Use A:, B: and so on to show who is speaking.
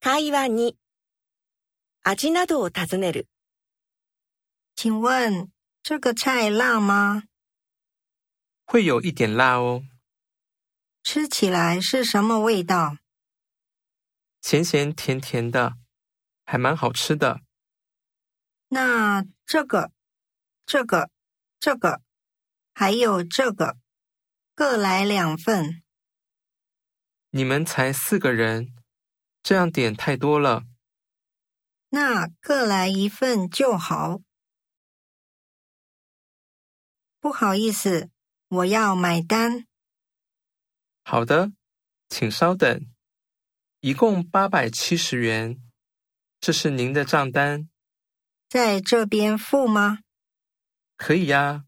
A: 会話に味などを尋ねる。
B: 请问这个菜辣吗？
C: 会有一点辣哦，
B: 吃起来是什么味道？
C: 咸咸甜甜的，还蛮好吃的。
B: 那这个、这个、这个，还有这个，各来两份。
C: 你们才四个人，这样点太多了。
B: 那各来一份就好。不好意思，我要买单。
C: 好的，请稍等，一共八百七十元，这是您的账单，
B: 在这边付吗？
C: 可以呀、